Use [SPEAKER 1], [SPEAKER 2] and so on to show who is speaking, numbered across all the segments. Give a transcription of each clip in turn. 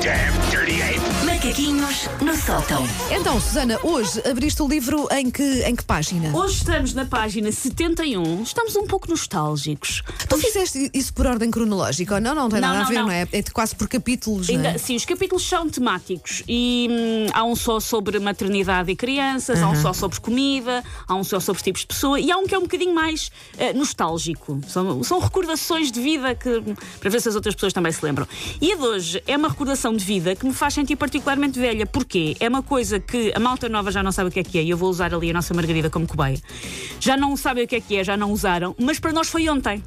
[SPEAKER 1] jam, dirty ape.
[SPEAKER 2] Macaquinhos no sótão.
[SPEAKER 3] Então, Susana, hoje abriste o livro em que, em que página?
[SPEAKER 4] Hoje estamos na página 71, estamos um pouco nostálgicos.
[SPEAKER 3] Tu fizeste isso por ordem cronológica ou não? Não tem
[SPEAKER 4] Não,
[SPEAKER 3] nada a
[SPEAKER 4] não,
[SPEAKER 3] ver, não,
[SPEAKER 4] não.
[SPEAKER 3] é? É de quase por capítulos, não
[SPEAKER 4] Ainda-
[SPEAKER 3] é?
[SPEAKER 4] sim, os capítulos são temáticos e hum, há um só sobre maternidade e crianças, há um só sobre comida, há um só sobre tipos de pessoa e há um que é um bocadinho mais eh, nostálgico. São, são recordações de vida que hum, para ver se as outras pessoas também se lembram. E a de hoje é uma recordação de vida que me faz sentir particularmente velha. Porquê? É uma coisa que a malta nova já não sabe o que é que é e eu vou usar ali a nossa Margarida como cobaia. Já não sabem o que é que é, já não usaram, mas para nós foi ontem.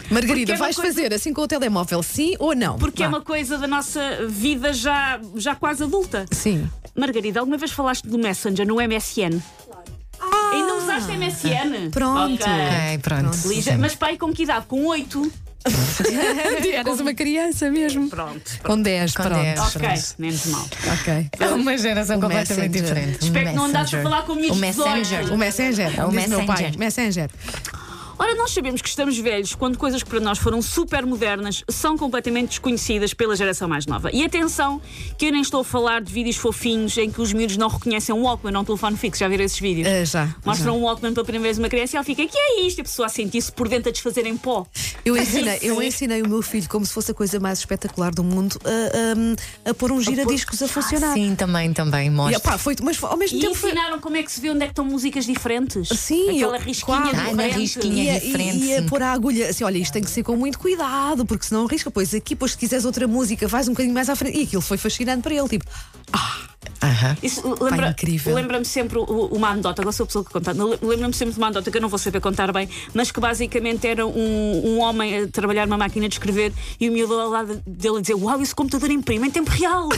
[SPEAKER 4] Porque
[SPEAKER 3] Margarida,
[SPEAKER 4] é uma
[SPEAKER 3] vais
[SPEAKER 4] coisa-
[SPEAKER 3] fazer assim com o telemóvel, sim ou não?
[SPEAKER 4] Porque é
[SPEAKER 3] Vá.
[SPEAKER 4] uma coisa da nossa vida já, já quase adulta.
[SPEAKER 3] Sim.
[SPEAKER 4] Margarida, alguma vez falaste do Messenger no MSN? Claro. Ainda usaste MSN?
[SPEAKER 3] Ah! Pronto.
[SPEAKER 4] Ok.
[SPEAKER 5] Ok, pronto.
[SPEAKER 4] Lija, mas pai, com que idade? Com 8?
[SPEAKER 3] Eras uma criança mesmo.
[SPEAKER 4] Pronto.
[SPEAKER 3] Com 10,
[SPEAKER 5] Com
[SPEAKER 3] pronto.
[SPEAKER 5] 10.
[SPEAKER 4] Ok,
[SPEAKER 5] Pronto.
[SPEAKER 4] menos mal.
[SPEAKER 3] Ok.
[SPEAKER 5] É uma geração
[SPEAKER 3] O
[SPEAKER 5] completamente
[SPEAKER 3] Messenger.
[SPEAKER 5] diferente.
[SPEAKER 4] Espero que não andasse a falar com
[SPEAKER 5] o
[SPEAKER 4] miúdos de 18.
[SPEAKER 5] Messenger.
[SPEAKER 3] O Messenger,
[SPEAKER 5] É o
[SPEAKER 3] disse meu pai.
[SPEAKER 5] Messenger.
[SPEAKER 3] Messenger.
[SPEAKER 4] Ora, nós sabemos que estamos velhos quando coisas que para nós foram super modernas são completamente desconhecidas pela geração mais nova. E atenção, que eu nem estou a falar de vídeos fofinhos em que os miúdos não reconhecem um Walkman ou um telefone fixo. Já viram esses vídeos?
[SPEAKER 3] Eh, já,
[SPEAKER 4] Mostram um Walkman pela primeira vez a uma criança e ela fica, que é isto? E a pessoa a sentir-se por dentro a desfazer em pó.
[SPEAKER 3] Eu ensinei, eu
[SPEAKER 4] Sim.
[SPEAKER 3] ensinei o meu filho, como se fosse a coisa mais espetacular do mundo, a, a- a pôr um giradiscos a funcionar.
[SPEAKER 5] Sim, também, também,
[SPEAKER 3] E,
[SPEAKER 5] mostra.
[SPEAKER 3] opá, foi, mas ao mesmo
[SPEAKER 4] E
[SPEAKER 3] tempo Então foi.
[SPEAKER 4] ensinaram como é que se vê onde é que estão músicas diferentes.
[SPEAKER 3] Sim,
[SPEAKER 4] Aquela
[SPEAKER 3] eu-
[SPEAKER 4] risquinha
[SPEAKER 3] claro.
[SPEAKER 4] do
[SPEAKER 5] Ah, na
[SPEAKER 4] frente.
[SPEAKER 5] risquinha.
[SPEAKER 3] E é a-
[SPEAKER 5] diferente,
[SPEAKER 3] E, e a
[SPEAKER 5] sim.
[SPEAKER 3] pôr a agulha assim, olha, isto tem que ser com muito cuidado, porque senão arrisca. Pois aqui, pois se quiseres outra música, vais um bocadinho mais à frente. E aquilo foi fascinante para ele, tipo,
[SPEAKER 5] Aham.
[SPEAKER 4] Isso lembra,
[SPEAKER 3] incrível.
[SPEAKER 4] Lembra-me sempre o- uma anedota, agora sou a pessoa que conta. Le- Lembra-me sempre de uma anedota que eu não vou saber contar bem, mas que basicamente era um, um homem a trabalhar numa máquina de escrever e o miúdo ao lado dele a dizer: Uau, esse computador imprime em tempo real.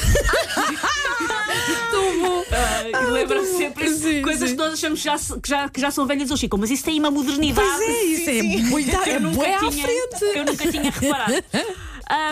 [SPEAKER 4] Ah, e Lembra-me sempre isso.
[SPEAKER 3] Sim,
[SPEAKER 4] coisas
[SPEAKER 3] sim.
[SPEAKER 4] que nós achamos já se- que já, que já são velhas ou Chico, mas isso tem uma modernidade.
[SPEAKER 3] pois é, isso é muito
[SPEAKER 4] que
[SPEAKER 3] é
[SPEAKER 4] eu nunca
[SPEAKER 3] bué à
[SPEAKER 4] tinha,
[SPEAKER 3] frente.
[SPEAKER 4] que eu nunca tinha reparado.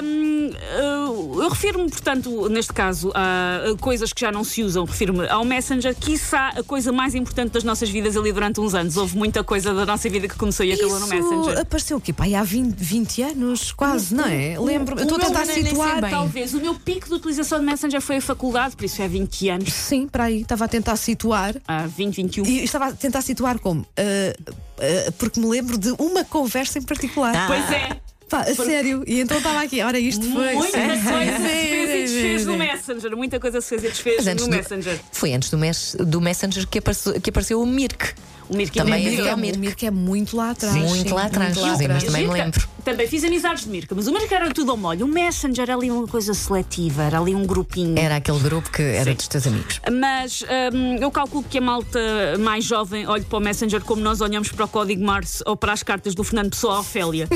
[SPEAKER 4] Hum, eu eu refiro-me, portanto, neste caso, a, a coisas que já não se usam. Refiro-me ao Messenger, quiçá a coisa mais importante das nossas vidas ali durante uns anos. Houve muita coisa da nossa vida que começou e acabou no
[SPEAKER 3] Isso é
[SPEAKER 4] Messenger.
[SPEAKER 3] apareceu o quê? Pai, há 20, 20 anos, quase, não é? Lembro-me, eu estou a
[SPEAKER 4] O meu
[SPEAKER 3] tentar
[SPEAKER 4] nem- nem sei
[SPEAKER 3] situar.
[SPEAKER 4] bem. Talvez o meu pico de utilização de Messenger foi a faculdade, por isso é 20 anos.
[SPEAKER 3] Sim, para aí, estava a tentar situar.
[SPEAKER 4] Ah, 20, 21.
[SPEAKER 3] E estava a tentar situar como? Ah, ah, porque me lembro de uma conversa em particular.
[SPEAKER 5] Ah,
[SPEAKER 4] Pois é.
[SPEAKER 3] Pá, a sério. E então estava aqui, ora isto foi.
[SPEAKER 4] Muita coisa se fez e
[SPEAKER 3] Sim, sim,
[SPEAKER 4] desfez
[SPEAKER 3] sim.
[SPEAKER 4] no Messenger. Muita coisa se fez e desfez
[SPEAKER 5] Mas antes
[SPEAKER 4] no
[SPEAKER 5] do-
[SPEAKER 4] Messenger.
[SPEAKER 5] Foi antes do, mes- do Messenger que apareceu, que apareceu o Mirk.
[SPEAKER 4] O Mirkin
[SPEAKER 5] Também
[SPEAKER 4] é
[SPEAKER 5] havia
[SPEAKER 4] incrível.
[SPEAKER 5] o Mirk.
[SPEAKER 3] O Mirk é muito lá atrás.
[SPEAKER 5] Muito lá atrás,
[SPEAKER 3] muito lá
[SPEAKER 5] sim, mas
[SPEAKER 3] atrás.
[SPEAKER 5] também me
[SPEAKER 4] Mirka-
[SPEAKER 5] lembro.
[SPEAKER 4] Também fiz amizades de Mirka, mas o Mirka era tudo ao molho. O Messenger era ali uma coisa seletiva, era ali um grupinho.
[SPEAKER 5] Era aquele grupo que era
[SPEAKER 4] Sim.
[SPEAKER 5] dos teus amigos.
[SPEAKER 4] Mas hum, eu calculo que a malta mais jovem olhe para o Messenger como nós olhamos para o Código Mars ou para as cartas do Fernando Pessoa à Ofélia.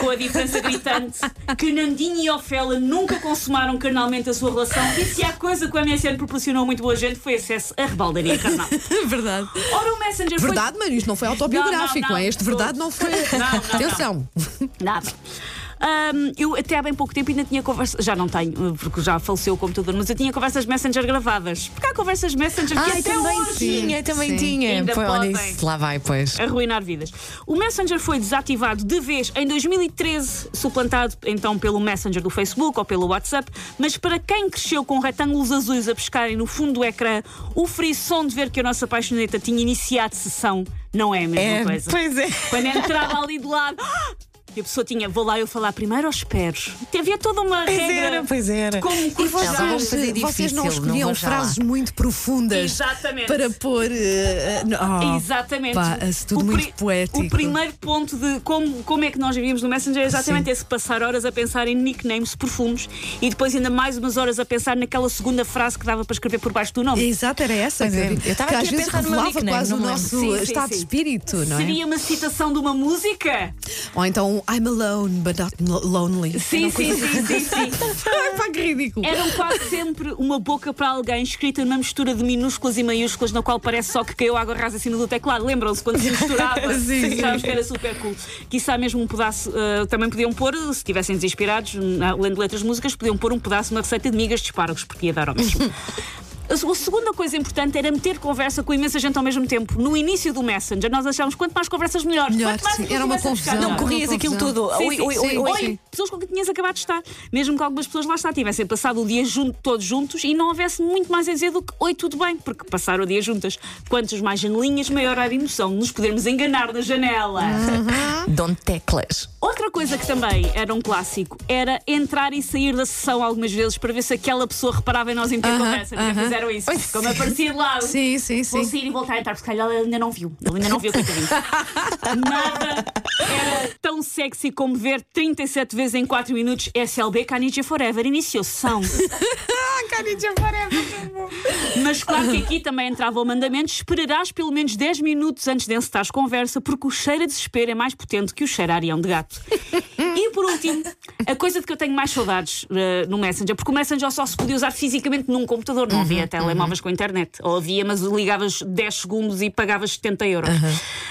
[SPEAKER 4] com a diferença gritante que Nandinho e Ofélia nunca consumaram carnalmente a sua relação. E se há coisa que o MSN proporcionou a muito boa gente foi acesso à rebaldaria carnal.
[SPEAKER 3] Verdade.
[SPEAKER 4] Ora, o Messenger foi.
[SPEAKER 3] Verdade, mas isto não foi autobiográfico,
[SPEAKER 4] Não, não, não.
[SPEAKER 3] é? Este verdade não foi.
[SPEAKER 4] Não, não, não.
[SPEAKER 3] Atenção.
[SPEAKER 4] Nada. Hum, eu até há bem pouco tempo ainda tinha conversas. Já não tenho, porque já faleceu o computador, mas eu tinha conversas Messenger gravadas. Porque há conversas Messenger que até hoje
[SPEAKER 5] tinha, também
[SPEAKER 3] Sim.
[SPEAKER 5] tinha.
[SPEAKER 4] Ainda
[SPEAKER 5] Foi, olha
[SPEAKER 4] podem.
[SPEAKER 5] isso, lá vai, pois.
[SPEAKER 4] arruinar vidas. O Messenger foi desativado de vez em 2013, suplantado então pelo Messenger do Facebook ou pelo WhatsApp, mas para quem cresceu com retângulos azuis a pescarem no fundo do ecrã, o frisson de ver que a nossa paixoneta tinha iniciado sessão não é a mesma
[SPEAKER 5] É,
[SPEAKER 4] coisa.
[SPEAKER 5] pois é.
[SPEAKER 4] Quando entrava ali de lado. "Ah!" E a pessoa tinha, vou lá eu falar primeiro ou espero? Havia toda uma
[SPEAKER 5] Pois
[SPEAKER 4] regra.
[SPEAKER 5] era, pois era.
[SPEAKER 4] de Como cortejar.
[SPEAKER 5] vão
[SPEAKER 3] Vocês-
[SPEAKER 5] fazer
[SPEAKER 3] vocês não
[SPEAKER 5] difícil,
[SPEAKER 3] escolhiam
[SPEAKER 5] não vou já lá.
[SPEAKER 3] frases muito profundas
[SPEAKER 4] Exatamente.
[SPEAKER 3] para pôr. eh, eh, no- oh,
[SPEAKER 4] Exatamente.
[SPEAKER 3] Pá, assim, tudo muito
[SPEAKER 4] pri-
[SPEAKER 3] poético.
[SPEAKER 4] O primeiro ponto de como, como é que nós vivíamos no Messenger é exatamente
[SPEAKER 3] Sim.
[SPEAKER 4] esse: passar horas a pensar em nicknames, perfumes e depois ainda mais umas horas a pensar naquela segunda frase que dava para escrever por baixo do nome.
[SPEAKER 3] Exato, era essa.
[SPEAKER 5] Pois é,
[SPEAKER 3] que-
[SPEAKER 5] eu estava
[SPEAKER 3] que
[SPEAKER 5] aqui
[SPEAKER 3] às
[SPEAKER 5] a
[SPEAKER 3] vezes
[SPEAKER 5] pensar no meu
[SPEAKER 3] revelava
[SPEAKER 5] nickname,
[SPEAKER 3] quase o
[SPEAKER 5] não me lembro.
[SPEAKER 3] nosso
[SPEAKER 4] Sim, sim,
[SPEAKER 3] estado de
[SPEAKER 4] sim.
[SPEAKER 3] espírito, não é?
[SPEAKER 4] Seria uma citação de uma música?
[SPEAKER 3] Ou então I'm alone, but not lo- lonely.
[SPEAKER 4] Sim, sim, sim, sim, sim.
[SPEAKER 3] Ai, pá, que ridículo.
[SPEAKER 4] Eram um quase sempre uma boca para alguém escrita numa mistura de minúsculas e maiúsculas, na qual parece só que caiu água rasa acima do teclado. Lembram-se quando se misturava?
[SPEAKER 3] Sim.
[SPEAKER 4] Achávamos que era super cool. Quizá mesmo um pedaço, eh, também podiam pôr, se estivessem desinspirados, na- lendo letras de músicas, podiam pôr um pedaço, uma receita de migas de espargos, porque ia dar ao mesmo. A, se- a segunda coisa importante era meter conversa com imensa gente ao mesmo tempo. No início do Messenger, nós achávamos quanto mais conversas, melhor.
[SPEAKER 3] Melhor,
[SPEAKER 4] Quanto mais
[SPEAKER 3] sim.
[SPEAKER 4] eu
[SPEAKER 3] Era uma
[SPEAKER 4] tivesse a buscar,
[SPEAKER 3] confusão.
[SPEAKER 5] Não
[SPEAKER 4] melhor.
[SPEAKER 3] corri-
[SPEAKER 5] corrias
[SPEAKER 3] não,
[SPEAKER 5] aquilo
[SPEAKER 3] confusão.
[SPEAKER 5] tudo.
[SPEAKER 4] Sim,
[SPEAKER 5] Oi,
[SPEAKER 4] sim,
[SPEAKER 5] oi, oi,
[SPEAKER 4] sim. Olha,
[SPEAKER 5] oi.
[SPEAKER 4] pessoas com quem tinhas acabado de estar. Mesmo que algumas pessoas lá está tivessem passado o dia junto, todos juntos e não houvesse muito mais a dizer do que oi, tudo bem, porque passaram o dia juntas. Quantos mais janelinhas, maior a emoção de nos podermos enganar na janela.
[SPEAKER 5] Dom Teclas.
[SPEAKER 4] Outra coisa que também era um clássico era entrar e sair da sessão algumas vezes para ver se aquela pessoa reparava em nós em ter
[SPEAKER 3] Aham,
[SPEAKER 4] conversa. Já
[SPEAKER 3] aham.
[SPEAKER 4] fizeram isso.
[SPEAKER 3] Oi,
[SPEAKER 4] Como
[SPEAKER 3] sim.
[SPEAKER 4] aparecia de lado.
[SPEAKER 3] Sim, sim,
[SPEAKER 4] Vou
[SPEAKER 3] sim.
[SPEAKER 4] sair e voltar a entrar, porque se calhar ele ainda não viu. Ele ainda não viu o que eu te disse. Nada era tão sexy como ver 37 vezes em 4 minutos SLB Canidia Forever. Iniciou sessão. Mas claro que aqui também entrava o mandamento: esperarás pelo menos 10 minutos antes de encetares conversa, porque o cheiro a desespero é mais potente que o cheiro a arião de gato. E por último, a coisa de que eu tenho mais saudades eh, no Messenger, porque o Messenger só se podia usar fisicamente num computador, não havia telemóveis com internet. Ou havia, mas ligavas 10 segundos e pagavas 70 euros.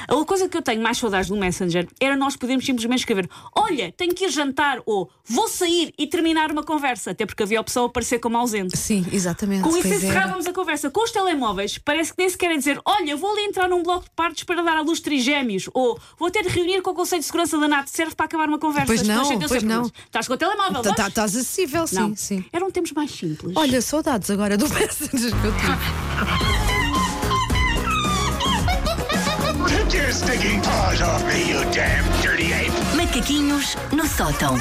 [SPEAKER 4] A coisa que eu tenho mais saudades no Messenger era nós podermos simplesmente escrever: Olha, tenho que ir jantar, ou vou sair e terminar uma conversa, até porque havia a opção de aparecer como ausente.
[SPEAKER 3] Sim, exatamente.
[SPEAKER 4] Com isso
[SPEAKER 3] pois é. era.
[SPEAKER 4] encerrávamos a conversa. Com os telemóveis, parece que nem sequer é dizer: Olha, vou ali entrar num bloco de partes para dar à luz trigêmeos. Ou vou ter de reunir com o Conselho de Segurança da NATO. Serve para acabar uma conversa.
[SPEAKER 3] Pois
[SPEAKER 4] As pessoas
[SPEAKER 3] não,
[SPEAKER 4] sentem-se
[SPEAKER 3] pois
[SPEAKER 4] a perguntar,
[SPEAKER 3] não.
[SPEAKER 4] Estás com o telemóvel?
[SPEAKER 3] Tá-
[SPEAKER 4] vamos?"
[SPEAKER 3] tá- Estás acessível, sim,
[SPEAKER 4] não.
[SPEAKER 3] sim.
[SPEAKER 4] Eram tempos mais simples.
[SPEAKER 3] Olha, saudades agora do Messenger que eu tive.
[SPEAKER 1] Take your stinking paws off me, you damn dirty ape!
[SPEAKER 2] Macaquinhos no sótão.